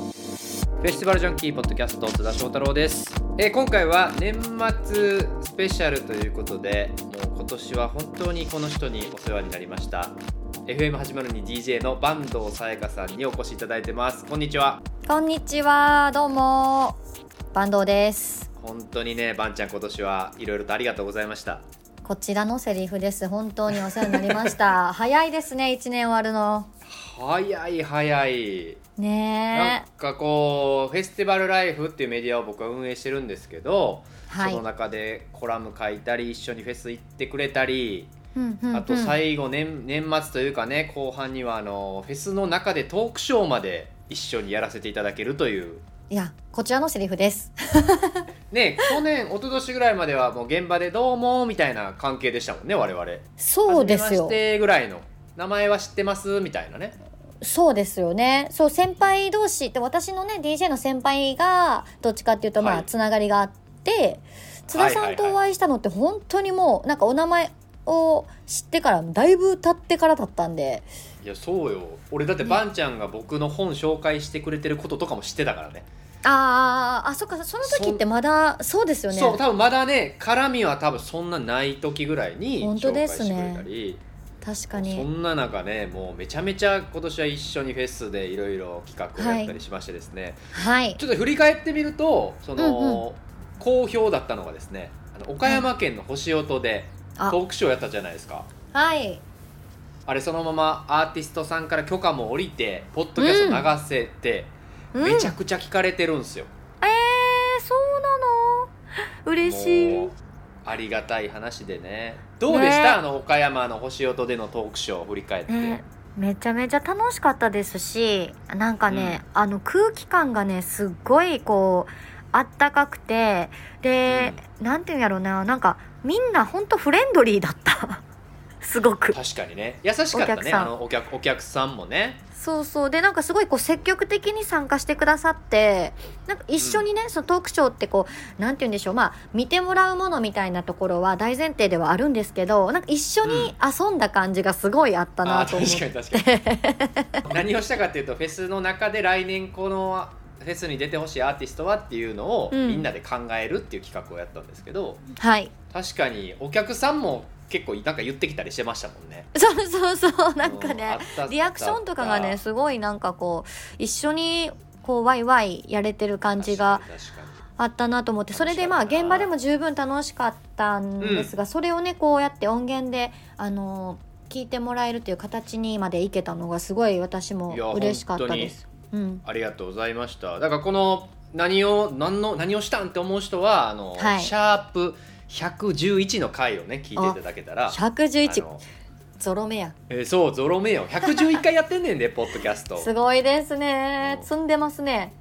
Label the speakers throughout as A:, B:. A: フェスティバルジャンキーポッドキャスト津田翔太郎です、えー今回は年末スペシャルということでもう今年は本当にこの人にお世話になりました FM802DJ の坂東さやかさんにお越しいただいてますこんにちは
B: こんにちは、どうも。バンドです。
A: 本当にねばんちゃん今年はいろいろとありがとうございました
B: こちらのセリフです。本当にお世話になりま した。早いですね、一年終わるの。
A: 早い早いなん
B: ね
A: かこうフェスティバルライフっていうメディアを僕は運営してるんですけど、
B: え。はい
A: その。中でコラム書いたり一緒にフェス行ってくれたり、
B: うんうんうん
A: あと最後年年末というかね後半にはあのフェスの中でトークショーまで一緒にやらせていただけるという。
B: いや、こちらのセリフです。
A: ね、去年一昨年ぐらいまではもう現場で「どうも」みたいな関係でしたもんね我々
B: そうです
A: 初めまし
B: よ。
A: てぐらいの名前は知ってますみたいなね
B: そうですよね。そう、先輩同士って、私のね、DJ の先輩が、どっちかっていうと、ま
A: は
B: あ、
A: い
B: つながりがあって、津田さんとお会いしたのって、本当にもう、なんかお名前を知ってから、だいぶ経ってからだったんで、
A: いやそうよ俺だってばんちゃんが僕の本紹介してくれてることとかも知ってたからね
B: あーあそっかその時ってまだそうですよね
A: そう多分まだね絡みは多分そんなない時ぐらいに
B: 本
A: 紹
B: 当で
A: 介して
B: す
A: く
B: ね
A: れたり、
B: 確か
A: そ
B: に
A: んな中ねもうめちゃめちゃ今年は一緒にフェスでいろいろ企画をやったりしましてですね、
B: はい
A: ちょっと振り返ってみるとその、
B: うん
A: 好評だったのがですねあの岡山県の星音で
B: あ
A: トークショーやったじゃないですか。
B: はい
A: あれそのままアーティストさんから許可も下りてポッドキャスト流せて、
B: うん
A: めちゃくちゃ聞かれてるんですよ。
B: えー、そうなの嬉し
A: も
B: いう
A: ありがたい話でねどうでした、
B: ね
A: あの岡山の星音でのトークショーを振り返って、
B: ねめちゃめちゃ楽しかったですしなんかね、あの空気感がねすっごいこうあったかくてで、なんていうんやろうななんかみんなほんとフレンドリーだった すごく
A: 確かにね優しかった
B: お
A: ね
B: 客さん
A: あのお客お客さんもね
B: そうそうでなんかすごいこう積極的に参加してくださってなんか一緒にね、そのトークショーってこうなんて言うんでしょうまあ見てもらうものみたいなところは大前提ではあるんですけどなんか一緒に遊んだ感じがすごいあった
A: あ
B: な
A: ー
B: と思って、
A: 確かに確 かに何をしたかっていうとフェスの中で来年このフェスに出てほしいアーティストはっていうのを、
B: うん
A: みんなで考えるっていう企画をやったんですけど
B: はい
A: 確かにお客さんも結構なんか言ってきたりしてましたもんね。
B: そうそうそうなんか
A: うあっ
B: ね
A: たあった
B: リアクションとかがねすごいなんかこう一緒にこうワイワイやれてる感じが
A: 確かに確かに
B: あったなと思ってそれでまあ
A: 楽しかったな
B: 現場でも十分楽しかったんですが、それをねこうやって音源であの聞いてもらえるという形にまでいけたのがすごい私も
A: いや
B: 嬉しかったです。うん、
A: ありがとうございました。だからこの何を何の何をしたんって思う人はあの、
B: はい
A: シャープ111の回をね聞いていただけたら。あ
B: 111
A: の
B: ゾロ目や
A: えーそうゾロ目よ111回やってんねんでポッドキャス ト、
B: すごいですね
A: うん
B: 積んでますね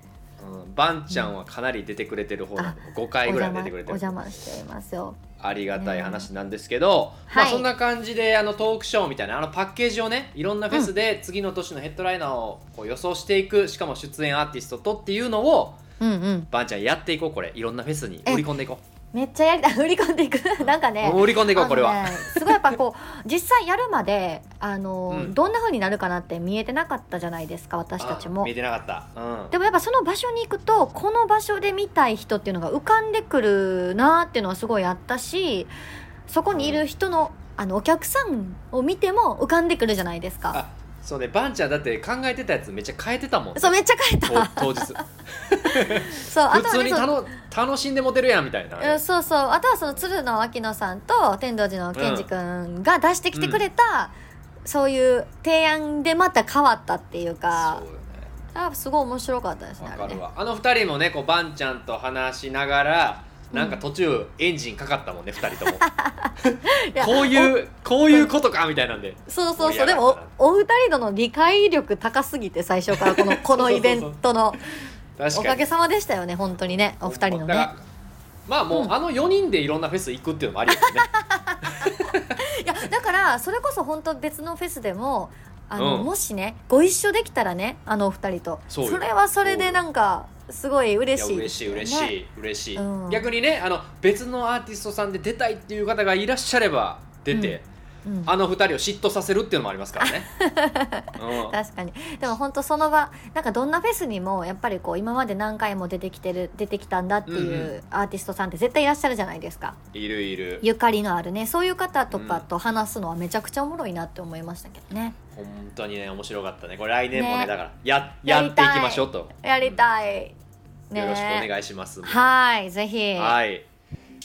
A: うん、バンちゃんはかなり出てくれてる方なんで5
B: お
A: 回ぐら
B: 邪
A: い出てく
B: 魔お
A: れてる
B: 邪魔していますよ
A: ありがたい話なんですけど、まあ、
B: はい
A: そんな感じであのトークショーみたいなあのパッケージをねいろんなフェスで次の年のヘッドライナーをこう予想していくしかも出演アーティストとっていうのを
B: うんうん
A: バンちゃんやっていこうこれいろんなフェスに売り込んでいこう。
B: めっちゃやり たい売り込んでいくなんかね
A: もう売り込んでいこうこれ
B: あの
A: は。
B: ねすごいやっぱこ う実際やるまであの、
A: うん
B: どんな風になるかなって見えてなかったじゃないですか私たち
A: あ
B: も
A: 見えてなかった。うん。
B: でもやっぱその場所に行くとこの場所で見たい人っていうのが浮かんでくるなーっていうのはすごいあったしそこにいる人の,、あのお客さんを見ても浮かんでくるじゃないですか
A: あ、そうね。バンちゃんだって考えてたやつめっちゃ変えてたもん。
B: そうめっちゃ書い
A: と
B: た
A: 当日。
B: そうあ
A: 普
B: とは
A: 通
B: ね
A: に
B: そ
A: た
B: う
A: の楽しんでモテるやんみたいな。
B: うんそうそうあとはその鶴の秋野さんと天童寺の健二君が出してきてくれた、そういう提案でまた変わったっていうか
A: そうよね。
B: あすごい面白かったですね
A: わ
B: あ
A: か
B: れ
A: る
B: ね
A: わ。あの二人もね、こうバンちゃんと話しながら。なんか途中エンジンかかったもんね、二 人とも
B: いや
A: こういうこういうことかみたいなんで
B: そうそう
A: 盛り上
B: そうで
A: がっ
B: も
A: たな
B: おお二人との理解力高すぎて最初か らこのこのイベントの
A: 確
B: お
A: か
B: か
A: に
B: げさまでしたよね本当にねお二人の
A: だ
B: ね
A: からまあもう、
B: うん
A: あの四人でいろんなフェス行くっていうのもありですね
B: いやだからそれこそ本当別のフェスでもあの、
A: うん
B: もしねご一緒できたらねあのお二人と
A: そうよ
B: れはそれでなんかすごい嬉しい
A: いや
B: で
A: 嬉
B: す
A: しい
B: よね
A: 嬉しい嬉しい、
B: うん
A: 逆にねあの別のアーティストさんで出たいっていう方がいらっしゃれば出て、
B: うん
A: あの二人を嫉妬させるっていうのもありますからね。 うん
B: 確かにでも本当その場なんかどんなフェスにもやっぱりこう今まで何回も出てきてる出てきたんだっていうアーティストさんって絶対いらっしゃるじゃないですか
A: いるいる。
B: ゆかりのあるねそういう方とかと話すのはめちゃくちゃおもろいなって思いましたけどね
A: 本当にね面白かったね。これ来年もね
B: ね
A: だからや
B: や
A: や
B: り
A: って
B: た
A: い
B: い
A: きましょうと。
B: やりたい、ね
A: よろしくお願いします。
B: はいぜひ
A: はい。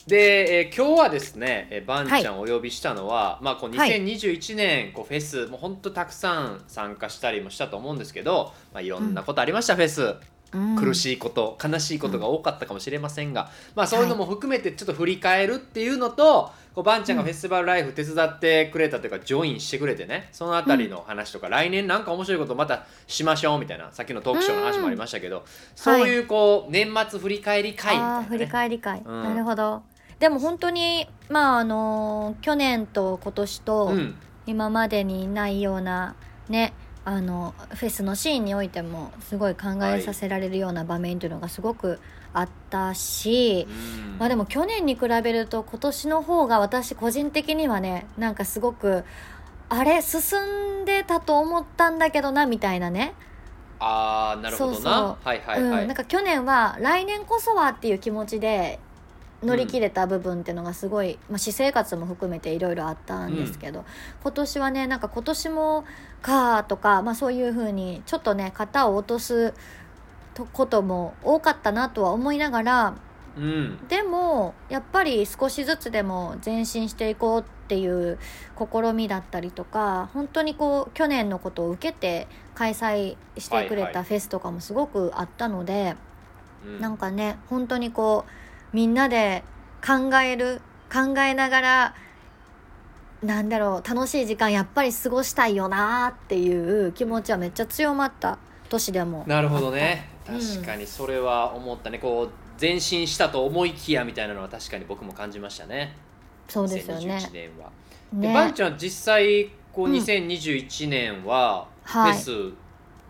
A: で、えー今日はですね、えーバンちゃんをお呼びしたのは、まあこう
B: はい
A: 2021年こうフェスもう本当たくさん参加したりもしたと思うんですけど、まあいろんなことありました、フェス。
B: うん
A: 苦しいこと悲しいことが多かったかもしれませんが、まあそういうのも含めてちょっと振り返るっていうのと、こうバンちゃんが
B: うん
A: フェスティバルライフ手伝ってくれたというかジョインしてくれてねそのあたりの話とか、来年なんか面白いことまたしましょうみたいなさっきのトークショーの話もありましたけど、そういうこう年末振り返り会み
B: ああー
A: た
B: 振
A: いな、
B: り
A: ね、
B: 返り会、
A: うん
B: なるほどでも本当にまああの去年と今年と
A: うん
B: 今までにないようなねあのフェスのシーンにおいてもすごい考えさせられるような場面というのがすごくあったし、
A: うん
B: まあでも去年に比べると今年の方が私個人的にはねなんかすごくあれ進んでたと思ったんだけどなみたいなね、
A: あーなるほどな
B: そうそう
A: はいはいはい、
B: うん、なんか去年は来年こそはっていう気持ちで乗り切れた部分っていうのがすごい、まあ、私生活も含めていろいろあったんですけど、今年はねなんか今年もかーとか、まあ、そういうふうにちょっとね型を落とすとことも多かったなとは思いながら
A: うん
B: でもやっぱり少しずつでも前進していこうっていう試みだったりとか本当にこう去年のことを受けて開催してくれ
A: はいは
B: たフェスとかもすごくあったので、
A: うん
B: なんかね本当にこうみんなで考える考えながらなんだろう楽しい時間やっぱり過ごしたいよなーっていう気持ちはめっちゃ強まった年でも。
A: なるほどね
B: うん
A: 確かにそれは思ったねこう前進したと思いきやみたいなのは確かに僕も感じましたね
B: そうですよね
A: 2021年は。でバン
B: ね
A: ちゃん実際こう
B: うん
A: 2021年はフ
B: はい
A: ェス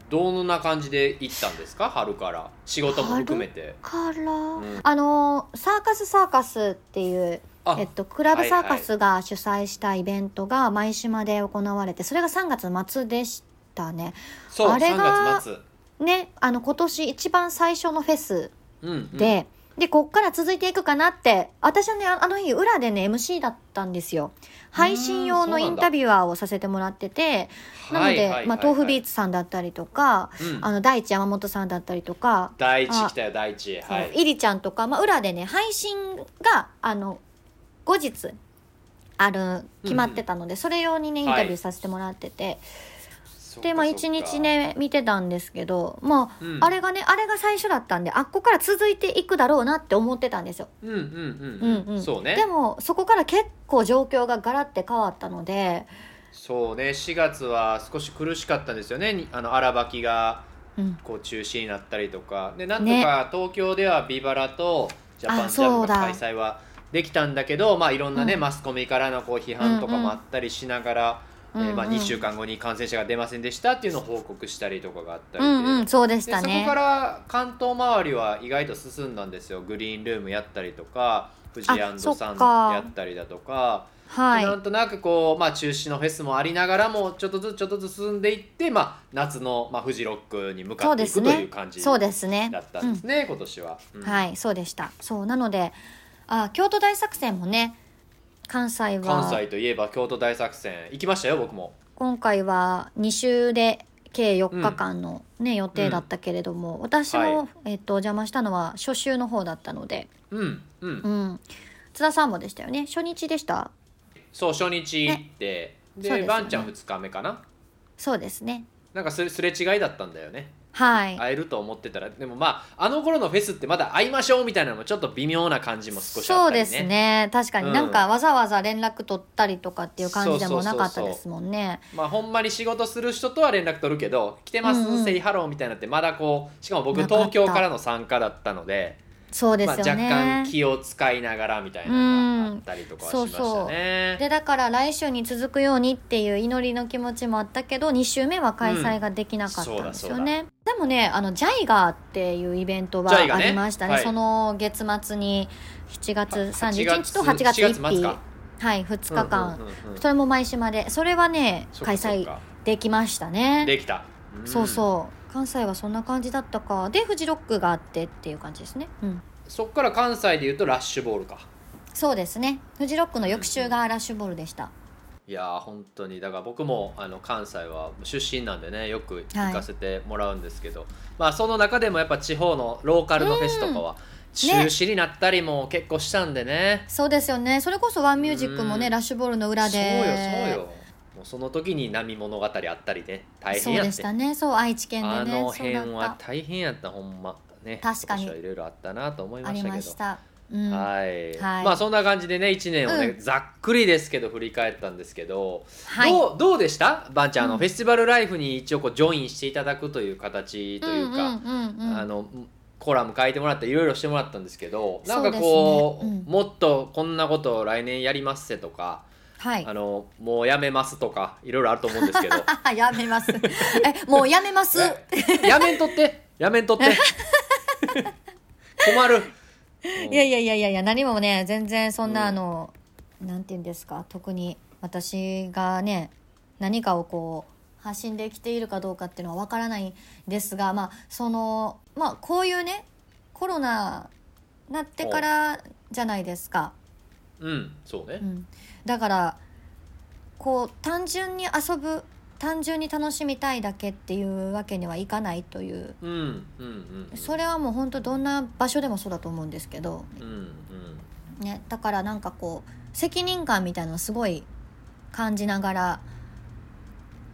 A: どんな感じで行ったんですか、春から仕事も含めて
B: から、
A: ん
B: あのーサーカスサーカスっていう
A: あ、
B: えっと、クラブサーカスが主催したイベントが舞島で行われてそれが3月末でしたね。
A: そう
B: あれ
A: 3
B: が
A: 月末、
B: ねあの今年一番最初のフェス
A: うんうん、
B: で、で、こっから続いていくかなって、私はね、ああの日、裏でね、MC だったんですよ。配信用のインタビュアーをさせてもらってて、なの
A: は
B: で、
A: いはいはいはい
B: まあ、豆腐ビーツさんだったりとか、
A: うん
B: あの、大地山本さんだったりとか、
A: 第一来たよ第一は
B: その
A: い
B: イリちゃんとか、まあ、裏でね、配信が、あの、後日、ある、決まってたので、それ用にね、インタビューさせてもらってて、で、まあ、一日、ね、見てたんですけど、まあ、
A: そっかそっかうん、
B: あれがねあれが最初だったんであっこから続いていくだろうなって思ってたんですよ、
A: うんうんう
B: う
A: んん、
B: うん、
A: そうね
B: でもそこから結構状況がガラッて変わったので、
A: そうね4月は少し苦しかったんですよねにあの荒ばきが
B: うん、
A: こう中止になったりとかでなんと
B: ね
A: か東京ではビバラとジャパン
B: あ
A: ジャム
B: そうだ
A: が開催はできたんだけどまあいろんなね、
B: うん
A: マスコミからのこう批判とかもあったりしながら、
B: うんうん
A: えーまあ、
B: うんうん
A: 2週間後に感染者が出ませんでしたっていうのを報告したりとかがあったり
B: う
A: で,、
B: んうんそうでし
A: で
B: た
A: そこ
B: ね
A: から関東周りは意外と進んだんですよグリーンルームやったりとか富士
B: あそっ
A: さん
B: か
A: やったりだとか。
B: はい
A: なんとなくこう、まあ、中止のフェスもありながらもちょっとずつちょっとずつ進んでいって、まあ、夏の、まあ、フジロックに向か
B: そう
A: って
B: で
A: いく
B: す
A: とい
B: ね
A: う感じ
B: そうですね
A: だったんですね、今年は、う
B: うんんはいそうでしたそうなのであ京都大作戦もね関
A: 関
B: 西は
A: 西といえば京都大作戦行きましたよ僕も
B: 今回は2週で計4日間の、ね予定だったけれども、私も、
A: は
B: えっと、お邪魔したのは初週の方だったので
A: うんうん、
B: うん、津田さんもでしたよね初日でした
A: そう初日行って、で
B: そうですよね
A: バンちゃん2日目かな
B: そうですね
A: なんかすれすれ違いだったんだよね
B: はい
A: 会えると思ってたらでもまああの頃のフェスってまだ会いましょうみたいなのもちょっと微妙な感じも少しあっ
B: そう
A: たりね
B: ですね確かに、
A: うん
B: なんかわざわざ連絡取ったりとかっていう感じでもなかったですもんね
A: まあ、ほんまに仕事する人とは連絡取るけど「来てます、
B: うんうん
A: セイハロー」みたいなってまだこうしかも僕
B: なかった
A: 東京からの参加だったので
B: そうです
A: まあ、
B: よ
A: 若干
B: ね、
A: 気を使いながらみたいなのがあったりとかはしましたね。
B: うんそうそうでだから来週に続くようにっていう祈りの気持ちもあったけど2週目は開催ができなかったんですよ
A: うんそう
B: ね、でもねあのジャイガーっていうイベントは
A: ジャイガ
B: あ
A: ね
B: りましたね
A: はい
B: その月末に7月
A: は
B: 31日と8月
A: 7
B: 1
A: 末
B: 日
A: か
B: はい2日間、
A: うんうんうんうん
B: それも舞島でそれはね
A: そっ
B: 開
A: かそっ
B: 催
A: か
B: できましたね
A: できた、ん
B: そうそう関西はそんな感じだったかでフジロックがあってっていう感じですねうん
A: そっから関西でいうとラッシュボールか
B: そうですねフジロックの翌週がラッシュボールでした
A: いやー本当にだから僕もあの関西は出身なんでねよく行かせてもらうんですけど、まあその中でもやっぱ地方のローカルのフェスとかは中
B: ね
A: 止になったりも結構したんでね
B: そうですよねそれこそワンミュージックも
A: う
B: ね
A: ん
B: ラッシュボールの裏で
A: そうよそうよもうその時に波物語あったりね大
B: そ
A: 変や
B: う
A: って
B: でしたねそう愛知県
A: あ
B: でね
A: の
B: そう
A: 辺
B: だ
A: は
B: った
A: 大変やったほんまね
B: 確かに
A: いろいろあったなと思い
B: あ
A: まし
B: り
A: た
B: ま
A: け
B: し
A: ど
B: たうんは
A: はい、
B: はい
A: まあそんな感じでね1年をね、
B: う
A: ざっくりですけど振り返ったんですけど、
B: い
A: どうどうでしたばんちゃんあの、
B: うん
A: フェスティバルライフに一応こうジョインしていただくという形というか、
B: んうんうんうん
A: あのコラム書いてもらったりいろいろしてもらったんですけどなんか
B: そ
A: こ
B: う
A: う
B: ですねうん
A: もっとこんなことを来年やりますせとか、
B: はい
A: あのもうやめますとかいろいろあると思うんですけ ど
B: あやめますえもうやめます
A: えやめんとってやめんとって 困る
B: いやいやいやいやいや何もね全然そんな、
A: うん
B: あのなんて言うんですか特に私がね何かをこう発信できているかどうかっていうのはわからないんですがまあそのまあこういうねコロナなってからじゃないですか、
A: うんそうね
B: うん、だからこう単純に遊ぶ単純に楽しみたいだけっていうわけにはいかないという
A: うんうんうんうん
B: それはもう本当どんな場所でもそうだと思うんですけど
A: うんうん
B: ね、だからなんかこう責任感みたいなのをすごい感じながら、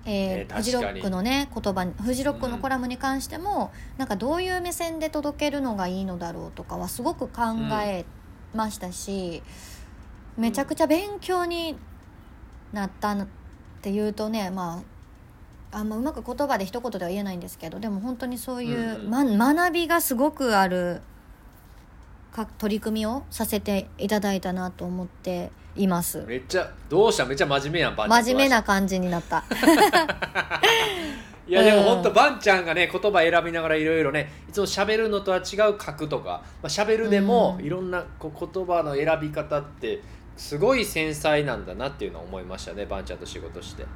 B: え
A: ね
B: ーフジロックのね言葉にフジロックの
A: うん
B: コラムに関しても、なんかどういう目線で届けるのがいいのだろうとかはすごく考えましたし、めちゃくちゃ勉強になったっていうとねまああんまうまく言葉で一言では言えないんですけどでも本当にそういう、
A: うんう
B: ま、学びがすごくあるか取り組みをさせていただいたなと思っています
A: めっちゃどうしためっちゃ真面目やんばんちゃん
B: 真面目な感じになった
A: いやでも
B: うん
A: 本当ばんちゃんがね言葉選びながらいろいろねいつも喋るのとは違う書くとか、まあ、喋るでも
B: うん
A: いろんなこう言葉の選び方ってすごい繊細なんだなっていうのは思いましたねばんちゃんと仕事して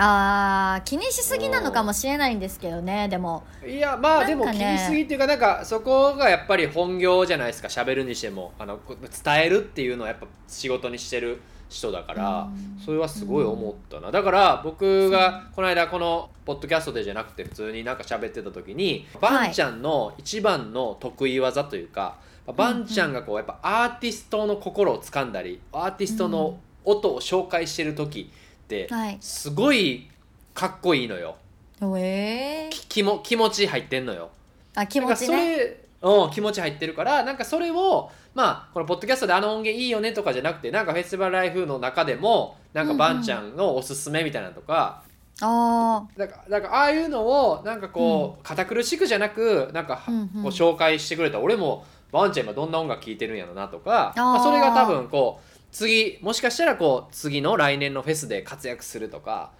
B: あー気にしすぎなのかもしれないんですけどねでも
A: いやまあ
B: な
A: で
B: んか
A: も
B: ね
A: 気にしすぎっていうかなんかそこがやっぱり本業じゃないですか喋るにしてもあのこ伝えるっていうのはやっぱ仕事にしてる人だから
B: うん
A: それはすごい思ったなだから僕がこの間このポッドキャストでじゃなくて普通になんか喋ってた時に
B: はい
A: ばんちゃんの一番の得意技というかばんちゃんがこうやっぱアーティストの心を掴んだりアーティストの音を紹介してる時って
B: はい
A: すごいかっこいいのよ
B: えー、
A: き気も気持ち入ってんのよ
B: あ気持ちね
A: なんかそれ、うん、気持ち入ってるからなんかそれをまあこのポッドキャストであの音源いいよねとかじゃなくてなんかフェスティバルライフの中でもなんか
B: うんうん
A: ばんちゃんのおすすめみたいなのとか、
B: ああ
A: なんかなんかああいうのをなんかこう、堅苦しくじゃなくなんか、
B: うんうん
A: こう紹介してくれた俺もばんちゃん今どんな音楽聴いてるんやろなとか
B: あー
A: まあ、それが多分こう次もしかしたらこう次の来年のフェスで活躍するとか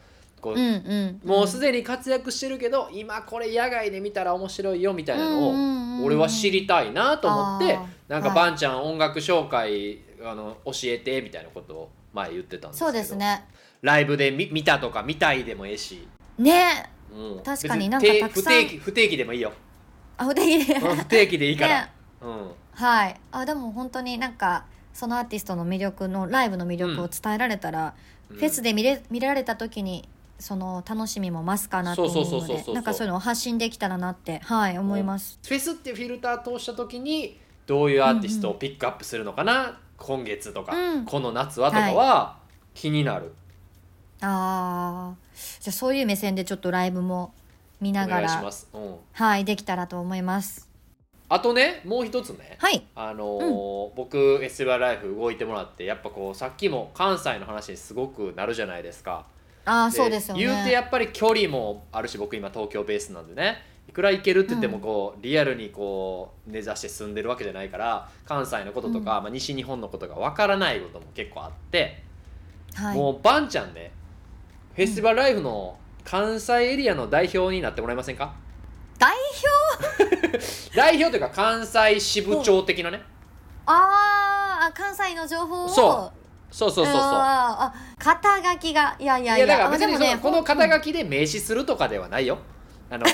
A: こう、
B: うんうん
A: もうすでに活躍してるけど今これ野外で見たら面白いよみたいなのを。
B: の
A: 俺は知りたいなと思って
B: あー
A: なんか
B: はい
A: ばんちゃん音楽紹介あの教えてみたいなことを前言ってたんですけ
B: そ
A: ど
B: うですね
A: ライブで見見たとか見たいでもええし、
B: ね
A: うん、
B: 確か
A: 別
B: になんか
A: 定
B: たくさん
A: 不定期不定期でもいい よ
B: あ不定期で
A: うん不定期でいいから、
B: ね
A: うん
B: はいあでも本当になんかそのアーティストの魅力のライブの魅力を伝えられたら、
A: うん
B: フェスで見れ見られた時にその楽しみも増すかなと思
A: そう
B: う
A: そう
B: の
A: そうそうそうそ
B: で
A: う
B: なんかそういうのを発信できたらなってはい思います、
A: フェスっていうフィルター通した時にどういうアーティストをピックアップするのかな、今月とか、
B: うん
A: この夏はとかは気になる、
B: あーじゃあそういう目線でちょっとライブも見な
A: お
B: が
A: 願いし
B: ら
A: ます、うん、
B: はいできたらと思います
A: あとねもう一つね、
B: はい
A: あのー僕 s バライフ動いてもらってやっぱこうさっきも関西の話にすごくなるじゃないですか
B: ああそうですよね
A: 言うてやっぱり距離もあるし僕今東京ベースなんでねいくら行けるって言ってもこう、リアルにこう根ざして住んでるわけじゃないから関西のこととか、まあ、西日本のことがわからないことも結構あって、
B: はい
A: もうばんちゃんねフェスティバルライフの関西エリアの代表になってもらえませんか
B: 代
A: 表代表というか関西支部長的なね
B: あーあ関西の情報を
A: そそうそうそうそう
B: あーあ肩書きがいやい
A: い
B: やい
A: や
B: や
A: だから
B: あ
A: 別にそ
B: でも
A: のこの肩書きで名刺するとかではない よあの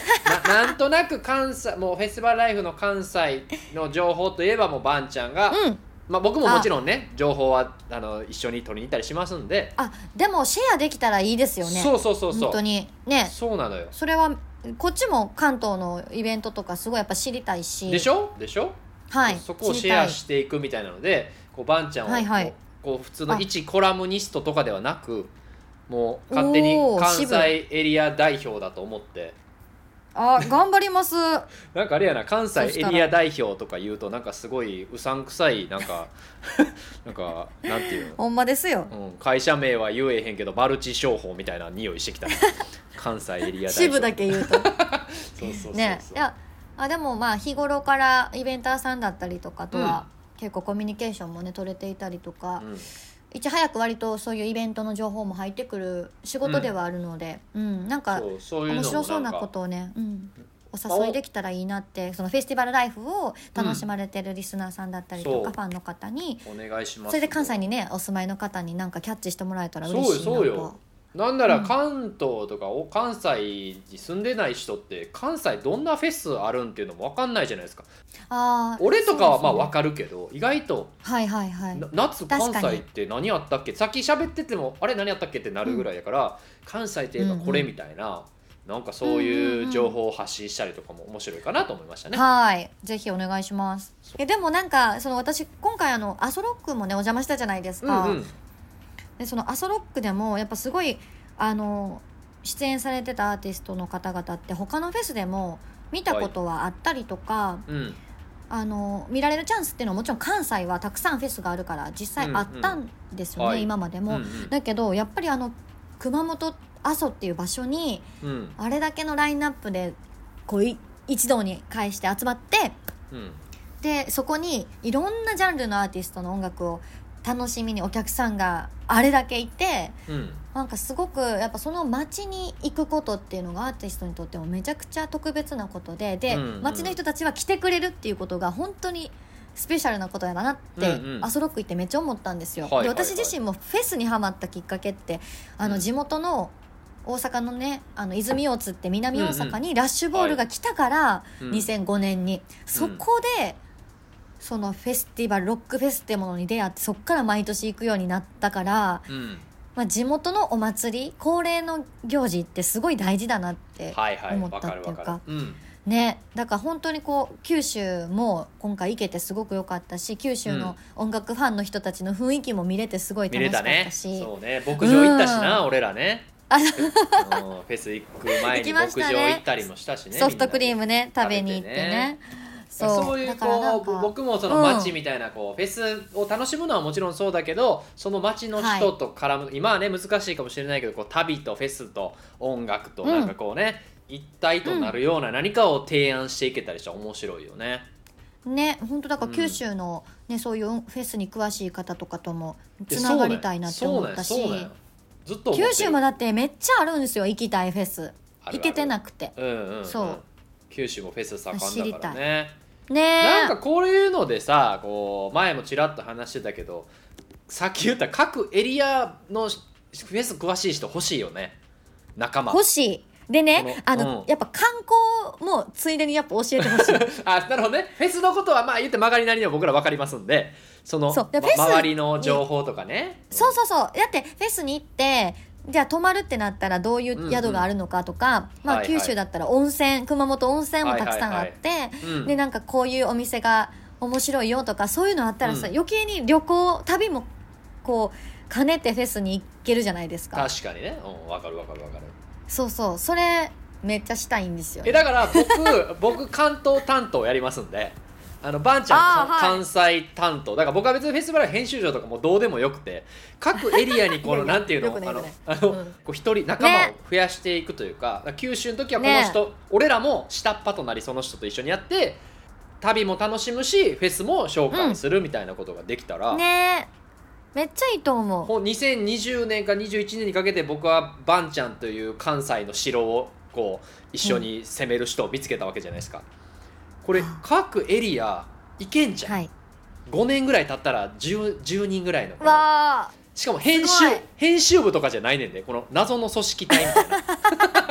A: ななんとなく関西もうフェスティバルライフの関西の情報といえばもうばんちゃんが、
B: うん
A: まあ、僕ももちろんね情報はあの一緒に取りに行ったりしますんで、
B: あでもシェアできたらいいですよね
A: そうそうそうそ
B: 本
A: う
B: 当にね
A: そうなのよ
B: それはこっちも関東のイベントとかすごいやっぱ知りたいし
A: でしょでしょ、
B: はい
A: そこを
B: 知
A: シ
B: り
A: ェ
B: たい
A: アしていくみたいなのでこうばんちゃんをこう,、
B: はいはい
A: こう普通の
B: あ
A: 一コラムニストとかではなくもう勝手に
B: おー
A: 関西エリア代表だと思って
B: あ頑張ります
A: なんかあれやな関西
B: そし
A: エ
B: たら
A: リア代表とか言うとなんかすごいうさんくさいなん かなんかなんていう
B: ほんまですよ
A: の、うん、会社名は言えへんけどマルチ商法みたいな匂いしてきた関西エリア代表
B: 支部だけ言うと
A: そうそうそうそう
B: ねいやあでもまあ日頃からイベンターさんだったりとかとは、結構コミュニケーションもね取れていたりとか、
A: うん
B: いち早く割とそういうイベントの情報も入ってくる仕事ではあるので、うんなんか
A: そうそういうのも
B: 面白そうな
A: か
B: ことをね、うん、お誘いできたらいいなってそのフェスティバルライフを楽しまれてるリスナーさんだったりと
A: そ
B: か、
A: う
B: ファンの方に
A: お願いします
B: それで関西にねお住まいの方になんかキャッチしてもらえたら嬉しいなと
A: そうよそうよなんなら
B: うん
A: 関東とかお関西に住んでない人って関西どんなフェスあるんっていうのも分かんないじゃないですか
B: あー
A: 俺とかはまあ
B: そうです
A: 分
B: ね
A: かるけど、意外と
B: はいはいはい
A: な夏関
B: 確かに
A: 西って何あったっけさっき喋っててもあれ何あったっけってなるぐらいだから、関西といえばこれみたいな、なんかそういう情報を発信したりとかも面白いかなと思いましたね。
B: はい、ぜひお願いします
A: そ。
B: えでもなんかその私今回あのアソロックもねお邪魔したじゃないです
A: う
B: か。
A: んうん、
B: でそのアソロックでもやっぱすごいあの出演されてたアーティストの方々って他のフェスでも見たことはあったりとか、
A: うん
B: あの見られるチャンスっていうのはもちろん関西はたくさんフェスがあるから実際あったんですよ
A: うん
B: ね、
A: うんはい
B: 今まで
A: う
B: も。
A: ん
B: だけどやっぱりあの熊本阿蘇っていう場所に
A: うん
B: あれだけのラインナップでこうい一堂に会して集まって
A: うん
B: でそこにいろんなジャンルのアーティストの音楽を楽しみにお客さんがあれだけいて
A: うん
B: なんかすごくやっぱその街に行くことっていうのがアーティストにとってもめちゃくちゃ特別なことでで、
A: うんうん
B: 街の人たちは来てくれるっていうことが本当にスペシャルなことやなって、
A: うんうん
B: アソロック行ってめっちゃ思ったんですよ。
A: はいはいはい
B: で私自身もフェスにハマったきっかけってあ
A: う
B: の
A: ん
B: 地元の大阪のねあの泉大津って南大阪にラッシュボールが来たから、
A: うん
B: 2005年に、そこでそのフェスティバルロックフェスってものに出会ってそっから毎年行くようになったから、
A: うん
B: まあ、地元のお祭り恒例の行事ってすごい大事だなって、
A: はいはい
B: 思っ
A: わ
B: た
A: かるわかる。うん
B: ねだから本当にこう九州も今回行けてすごく良かったし九州の音楽ファンの人たちの雰囲気も見れてすごい
A: 見
B: 楽
A: れ
B: しか
A: た
B: っ
A: ね
B: たし、
A: そうね牧場行ったしな、
B: う
A: 俺らね
B: あ
A: うんフェス行く前
B: 行
A: に牧
B: きまし
A: 場
B: たね
A: 行ったりもしたしね
B: ソフトクリー
A: ム
B: ムね食べに行ってね
A: そういうこう僕もその街みたいなこう、フェスを楽しむのはもちろんそうだけどその街の人と絡む、今はね難しいかもしれないけどこう旅とフェスと音楽と
B: うん
A: なんかこうね、一体となるような何かを提案していけたりしたら面白いよね。
B: ね本当だか
A: う
B: ら
A: ん
B: 九州の、ねそういうフェスに詳しい方とかともつながりたいなって思ったし
A: そうなんよそうなんよずっと思ってる
B: 九州もだってめっちゃあるんですよ行きたいフェ
A: あ
B: ス
A: るある
B: 行けてなくて
A: うんうんうん
B: そう
A: 九州もフェス盛んだからね
B: ね
A: なん
B: え
A: かこういうのでさこう前もちらっと話してたけどさっき言った各エリアのフェス詳しい人欲しいよね仲間
B: 欲しいでね
A: この
B: あの、
A: うん
B: やっぱ観光もついでにやっぱ教えてほし い
A: あなるほどねフェスのことはまあ言って曲がりなりには僕ら分かりますんでその
B: そういや
A: ま
B: フェス
A: 周りの情報とかね
B: そうそうそうだってフェスに行ってじゃあ泊まるってなったらどうい
A: んう
B: うん宿があるのかとか、まあ、
A: はいはい
B: 九州だったら温泉熊本温泉もたくさんあって、
A: うん
B: でなんかこういうお店が面白いよとかそういうのあったらさ、
A: うん
B: 余計に旅行旅もこう兼ねてフェスに行けるじゃないですか
A: 確かにね、うん、分かる分かる分かる
B: そうそうそれめっちゃしたいんですよ
A: え
B: ね
A: だから僕 僕関東担当やりますんであのバンちゃん
B: あー
A: か
B: はい
A: 関西担当だから僕は別にフェスティバル編集長とかもどうでもよくて各エリアにこの
B: いやいや
A: なんていう
B: よ
A: の
B: くない
A: あの
B: よ
A: あの、
B: うん
A: こう一人仲間を増やしていくというか,、九州の時はこの人、俺らも下っ端となりその人と一緒にやって旅も楽しむしフェスも紹介するみたいなことができたら、
B: ねえめっちゃいいと思う
A: もう2020年か21年にかけて僕はバンちゃんという関西の城をこう一緒に攻める人を見つけたわけじゃないですか、これ各エリア行けんじゃん、
B: はい
A: 5年ぐらい経ったら 10, 10人ぐらいのこの
B: わあ
A: しかも編集
B: すごい
A: 編集部とかじゃないねんでこの謎の組織体みたい な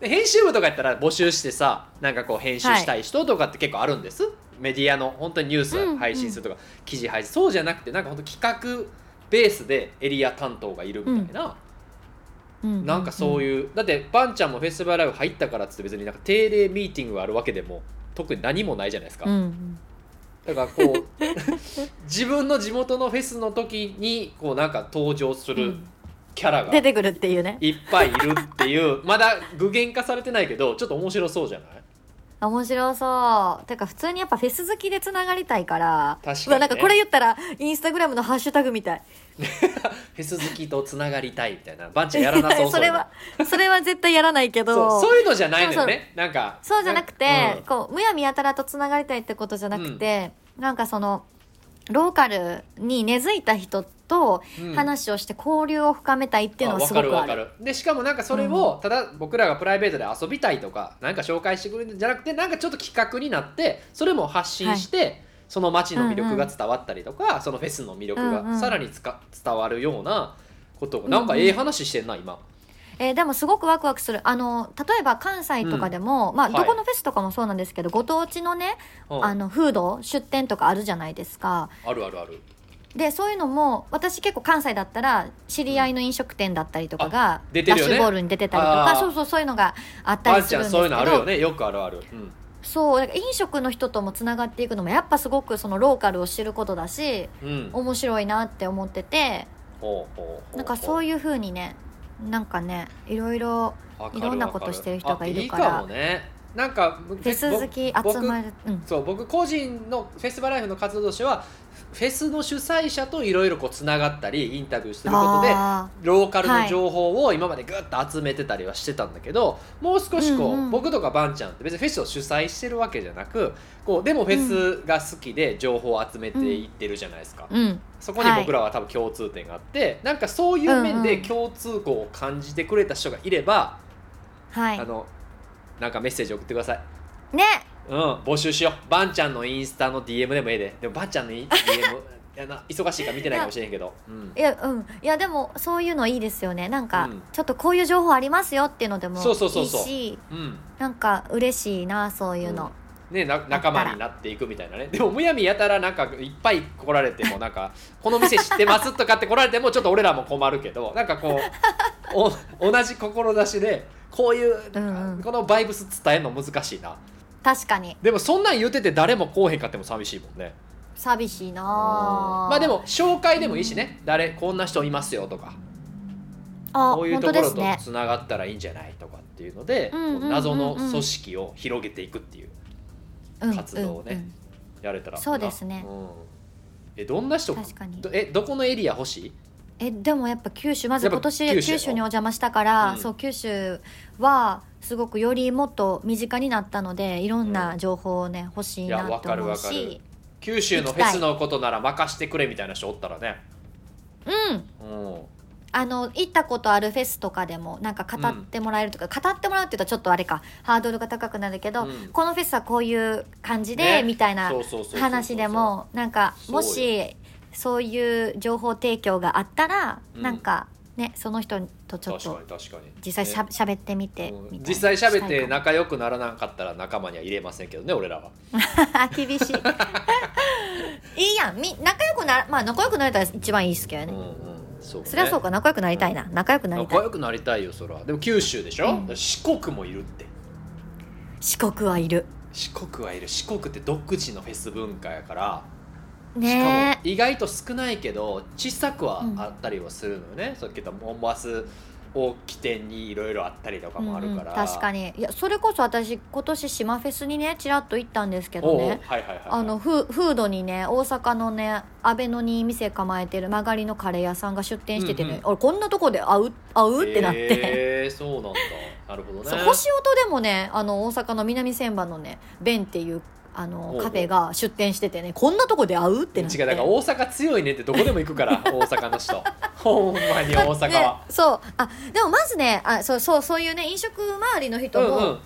A: で編集部とかやったら募集してさなんかこう編集したい人とかって結構あるんです、メディアの本当にニュー
B: うん
A: ス
B: うん
A: 配信するとか、記事配信そうじゃなくてなんか本当企画ベースでエリア担当がいるみたいな、
B: うん
A: なんかそう
B: う
A: いう、だってバンちゃんもフェスティバルライブ入ったからっつって別になんか定例ミーティングがあるわけでも特に何もないじゃないですか、
B: んうん
A: だからこう 自分の地元のフェスの時にこうなんか登場す
B: う
A: る
B: ん
A: キャラが
B: 出てくるっていうね
A: いっぱいいるっていう まだ具現化されてないけどちょっと面白そうじゃない
B: 面白そうてか普通にやっぱフェス好きでつながりたいから
A: 確かにね
B: うわなんかこれ言ったらインスタグラムのハッシュタグみたい
A: フェス好きとつながりたいみたいなバンちゃんやらなそうういうの
B: れは それは絶対やらないけど
A: そうそういうのじゃないのよねなんか
B: そうじゃなくて、
A: うん
B: こうむやみやたらとつながりたいってことじゃなくて、なんかそのローカルに根付いた人と
A: うん
B: 話をして交流を深めたいっていうのはすごくある,、
A: わかるわかるでしかもなんかそれをただ僕らがプライベートで遊びたいとかなんか紹介してくれるんじゃなくてなんかちょっと企画になってそれも発信して、その街の魅力が伝わったりとか、そのフェスの魅力
B: うんう
A: が
B: ん
A: さらにつか伝わるようなことを
B: ん
A: なんかええ話してんな今、
B: えーでもすごくワクワクするあの例えば関西とかでも、まあ、
A: はい
B: どこのフェスとかもそうなんですけど、ご当地のね
A: うん
B: あのフード出店とかあるじゃないですか
A: あるあるある
B: でそういうのも私結構関西だったら知り合いの飲食店だったりとかが、
A: 出て
B: ダッ
A: る
B: シ
A: よね
B: ュボールに出てたりと
A: あ
B: か
A: ー
B: そうそうそういうのがあった
A: バ
B: り
A: ン
B: す
A: ちゃ
B: るんで
A: ん
B: すけど
A: そういうのあるよねよくあるある、うん
B: そうだから飲食の人ともつながっていくのもやっぱすごくそのローカルを知ることだし
A: うん、
B: 面白いなって思ってて
A: ほうほう
B: なんかそう
A: いう
B: いう風にねなんかねいろいろいろんなことしてる人がいるから
A: いいかもねなんかフ
B: フェス好き集まるうん
A: そう僕個人のフェスティバルライフの活動としてはフェスの主催者といろいろこうつながったりインタビューすることで
B: あ
A: ローカルの情報を今までぐっと集めてたりはしてたんだけど、もう少しこう、
B: うんうん
A: 僕とかばんちゃんって別にフェスを主催してるわけじゃなくこうでもフェスが好きで情報を集めていってるじゃないですか、
B: ーうん
A: そこに僕らは多分共通点があって、なんかそういう面で共通項を感じてくれた人がいれば、
B: はい
A: あのなんかメッセージ送ってください。
B: ね
A: うん、募集しよう。ばんちゃんのインスタの DM でもええで。でもばんちゃんの イン DM いやな忙しいから見てないかもしれんけど。うん
B: いやうんいやでもそういうのいいですよねなんか、
A: うん
B: ちょっとこういう情報ありますよっていうのでもいいし
A: そうそうそうそううん。
B: なんか嬉しいなそういうの、
A: ね、な仲間になっていくみたいなねでもむやみやたらなんかいっぱい来られてもなん か「この店知ってます?」とかって来られてもちょっと俺らも困るけどなんかこうお 同じ志でこういう、
B: うんうん
A: このバイブス伝えるの難しいな
B: 確かに
A: でもそんなん言うてて誰も来おへんかっても寂しいもんね
B: 寂しいな
A: まあでも紹介でもいいしね誰こんな人いますよとか
B: あ
A: こういう
B: 本
A: とこ
B: 当で
A: ろ
B: す
A: と
B: ね
A: つながったらいいんじゃないとかっていうので、
B: うんうんうんうん
A: こう謎の組織を広げていくっていう
B: うん
A: 活動をね
B: うんうん
A: やれたらな
B: そうですね
A: うんえどんな人
B: 確かに
A: どえどこのエリア欲しい
B: えでもやっぱ九州まず
A: やっぱ
B: 今年
A: 九
B: 九
A: 州
B: 州
A: やろ
B: にお邪魔したから、
A: うん
B: そう九州はすごくよりもっと身近になったのでいろんな情報をね、欲しい
A: いや
B: な
A: わ
B: と
A: かる
B: 思
A: わ
B: う
A: かる
B: し
A: 九州のフェスのことなら任してくれみたいな人おったらね、
B: うん
A: うん、
B: あの行ったことあるフェスとかでもなんか語ってもらえるとか、語ってもらうって言うとちょっとあれかハードルが高くなるけど、
A: うん
B: このフェスはこういう感じで、
A: ね
B: みたいな
A: そうそうそうそうそう
B: 話でもなんか
A: そうよ
B: もしそういう情報提供があったら、
A: うん
B: なんかねその人とちょっ
A: 確
B: と
A: かに確かに
B: 実際しゃ,、
A: ね
B: 喋ってみて
A: うん
B: みたいな
A: 実際しゃべっ
B: した
A: て
B: いか
A: 仲良くならなかったら仲間には入れませんけどね俺らは
B: も 厳しいいいやんみ仲良くなまあ仲良くなれたら一番いいですけど
A: うん
B: ね、
A: うんそうね
B: そりゃそうか仲良くなりたいな、仲良くなり
A: 仲
B: たい
A: 良くなりたいよそらでも九州でしょ、
B: うん
A: 四国もいるって
B: 四国はいる
A: 四国はいる四国って独自のフェス文化やから、しか
B: ね
A: も意外と少ないけど小さくはあったりはするのよね、さっき言ったモンバスを起点にいろいろあったりとか
B: うん
A: もあるから、
B: うん確かにいやそれこそ私今年島フェスにねちらっと行ったんですけ
A: お
B: ど
A: うおうはい
B: ね
A: はいはいはい
B: あのフフードにね大阪のね阿部野に店構えてる曲がりのカレー屋さんが出店しててね、
A: うんうん
B: 俺こんなとこで会う会うってなって、
A: へえそうなんだなるほどね
B: そう星音でもねあの大阪の南千葉のねベンっていうあ
A: ほうほ
B: の
A: う
B: カフェが出店しててねこんなとこで会うってなって
A: 違うだから大阪強いねってどこでも行くから 大阪の人ほんまに大阪
B: ね
A: は、
B: そうあでもまずねあそうそうそういうね飲食周りの人も、
A: うんうん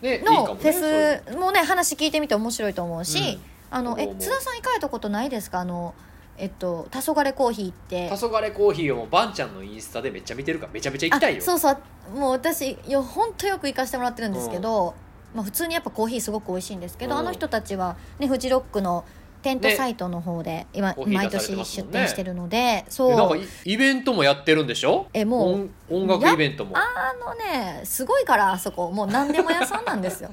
A: ねいいかも
B: の
A: ね
B: フ
A: そういう
B: ェスもね話聞いてみて面白いと思うし、
A: うん
B: あの
A: どう
B: え
A: 思う
B: 津田さん行かれたことないですかあのえっと黄昏コーヒーって
A: 黄昏コーヒーをもうバンちゃんのインスタでめちゃ見てるからめちゃめちゃ行きたいよ
B: あそうそうもう私よほんとよく行かせてもらってるんですけど、まあ、普通にやっぱコーヒーすごく美味しいんですけど、
A: うん
B: あの人たちは、ね、フジロックのテントサイトの方で今、
A: コーヒー
B: 毎
A: 出されてま
B: 年
A: すも
B: 出
A: んね
B: 店してるので
A: えなん
B: そ
A: か
B: う
A: イイベントもやってるんでしょ
B: えもう
A: 音音楽イベントも
B: あのねすごいからあそこもう何でも屋さんな んですよ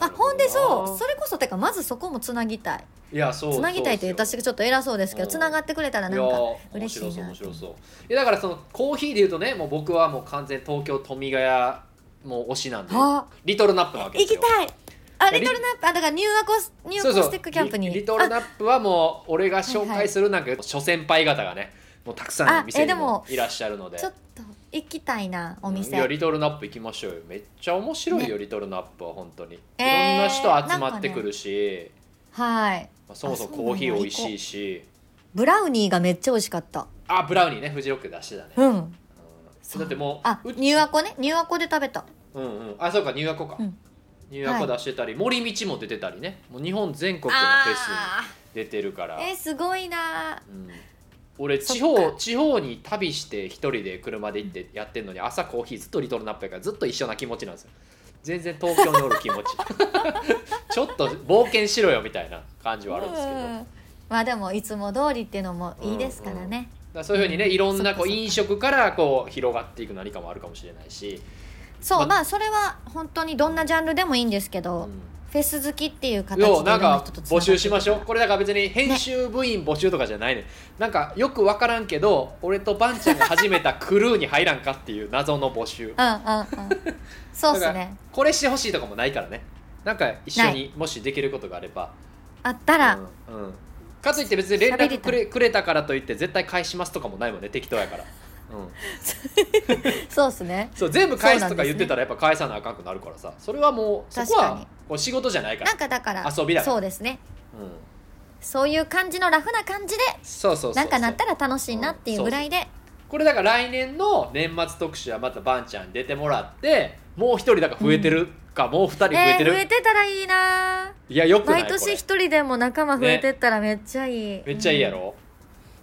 B: あほんでそうそれこそてかまずそこもつなぎたい
A: いやそう
B: つなぎたいって
A: そうです
B: 私がちょっと偉そうですけど
A: うん
B: つながってくれたら
A: よ
B: ないん
A: や
B: か
A: ー面
B: 嬉し
A: 白
B: い
A: そう
B: な
A: 面白そういやだからそのコーヒーでいうとねもう僕はもう完全東京富ヶ谷もう推しなんで
B: あ
A: リトルナップなわけで
B: 行
A: すよ
B: きたいあ
A: いや
B: リトルナップあだからニューアコスニューアコスティックキャンプに
A: リリトルナップはもう俺が紹
B: はいは
A: 介
B: い
A: するなんか諸先輩方がねもうたくさんの店
B: あえ
A: に
B: で
A: も
B: も
A: いらっしゃるので
B: ちょっと行きたいなお
A: うん
B: 店、
A: いやリトルナップ行きましょうよめっちゃ面白いよ、リトルナップは本当にいろんな人集まってくるし、
B: はい
A: まあそもそも
B: あそう
A: コー
B: なんだ
A: ヒー美味しいし
B: ブラウニーがめっちゃ美味しかった
A: あブラウニーねフジロックで出してたね、うん
B: うん
A: だってもう
B: あ
A: う
B: ニューアコねニューアコで食べた
A: うんうんあそうか入学校か、
B: うん
A: 入学校出してたり、森道も出てたりねもう日本全国のフェスに
B: あ
A: 出てるから
B: ーえーすごいな
A: うん、俺
B: そっ
A: 地
B: か
A: 方地方に旅して一人で車で行ってやってんのに朝コーヒーずっとリトルナップやからずっと一緒な気持ちなんですよ全然東京におる気持ち ちょっと冒険しろよみたいな感じはあるんですけど、だか
B: うんまあでもいつも通りっていうのもいいですからね、
A: らそういうふうにねいろんなこう
B: そっかそっか
A: 飲食からこう広がっていく何かもあるかもしれないし、
B: そう
A: ま
B: まあそれは本当にどんなジャンルでもいいんですけど、
A: う
B: フェス好きっていう形
A: ん、
B: でいろ
A: ようんなん
B: な
A: か
B: 人とつなが
A: 募
B: ってい
A: 集
B: く
A: しましょうこれだから別に編集部員募集とかじゃないねなんかよく分からんけど俺とばんちゃんが始めたクルーに入らんかっていう謎の募集
B: うんうんうんそうっす
A: だから
B: ね
A: これしてほしいとかもないからねなんか一緒にもしできることがあれば
B: あったら、
A: うんうんかといって別に連絡
B: 喋り
A: く
B: た
A: れくれたからといって絶対返しますとかもないもんね適当や から、うん、
B: そうっすね
A: そう全部返すとか言ってたらやっぱ返さなあかんくなるからさそれはもうそこ
B: 確か
A: は
B: に
A: こう仕事じゃないから
B: なんかだから
A: 遊びだから
B: そうですね
A: うん、
B: そういう感じのラフな感じで
A: そうそうそうそう
B: なんかなったら楽しいなっていうぐらいで
A: これだから来年の年末特集はまたばんちゃんに出てもらってもう一人だから増えてるか、もう二人増え
B: え
A: て
B: ー
A: る、
B: 増えてたらいいない
A: やよくない
B: 毎
A: これ
B: 年一人でも仲間増えてったらめっちゃいい、
A: めっちゃいいや
B: ろ、
A: ろ、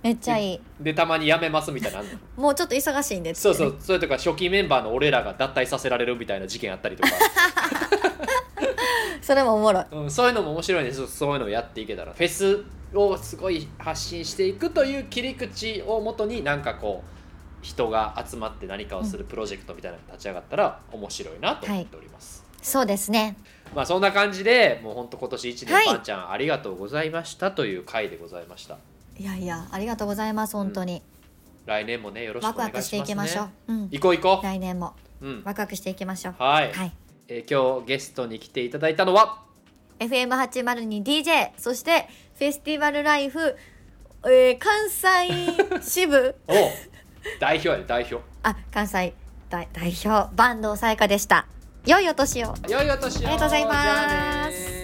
B: めっちゃいい
A: でたまにやめますみたいなのあんの
B: もうちょっと忙しいんでっつ
A: そう
B: って
A: そ
B: ね
A: う、それとか初期メンバーの俺らが脱退させられるみたいな事件あったりと か、
B: それもおもろい
A: うん、そういうのも面白いんでちょっとそういうのをやっていけたらフェスをすごい発信していくという切り口をもとになんかこう人が集まって何かをするプロジェクトみたいなのが立ち上がったら面白いなと思っております、
B: そうですね
A: まあそんな感じでもうほんと今年1
B: は
A: 年
B: い
A: パンちゃんありがとうございましたという回でございました
B: いやいやありがとうございます本当に、
A: 来年もねよろしく
B: ワ
A: お
B: ク
A: 願
B: ワ
A: いしま
B: クし
A: す、ね、
B: ていきましょう、うん、
A: 行こう行こ
B: 来年も
A: う、うん、
B: ワクワクしていきましょう
A: はい、
B: はい
A: えー今日ゲストに来ていただいたのは
B: FM802DJ そしてフェスティバルライフ、えー関西支部
A: おう代表やで代表
B: あ関西代代表坂東彩花でした良いお年を
A: 良いお年を
B: ありがとうございます
A: じゃあね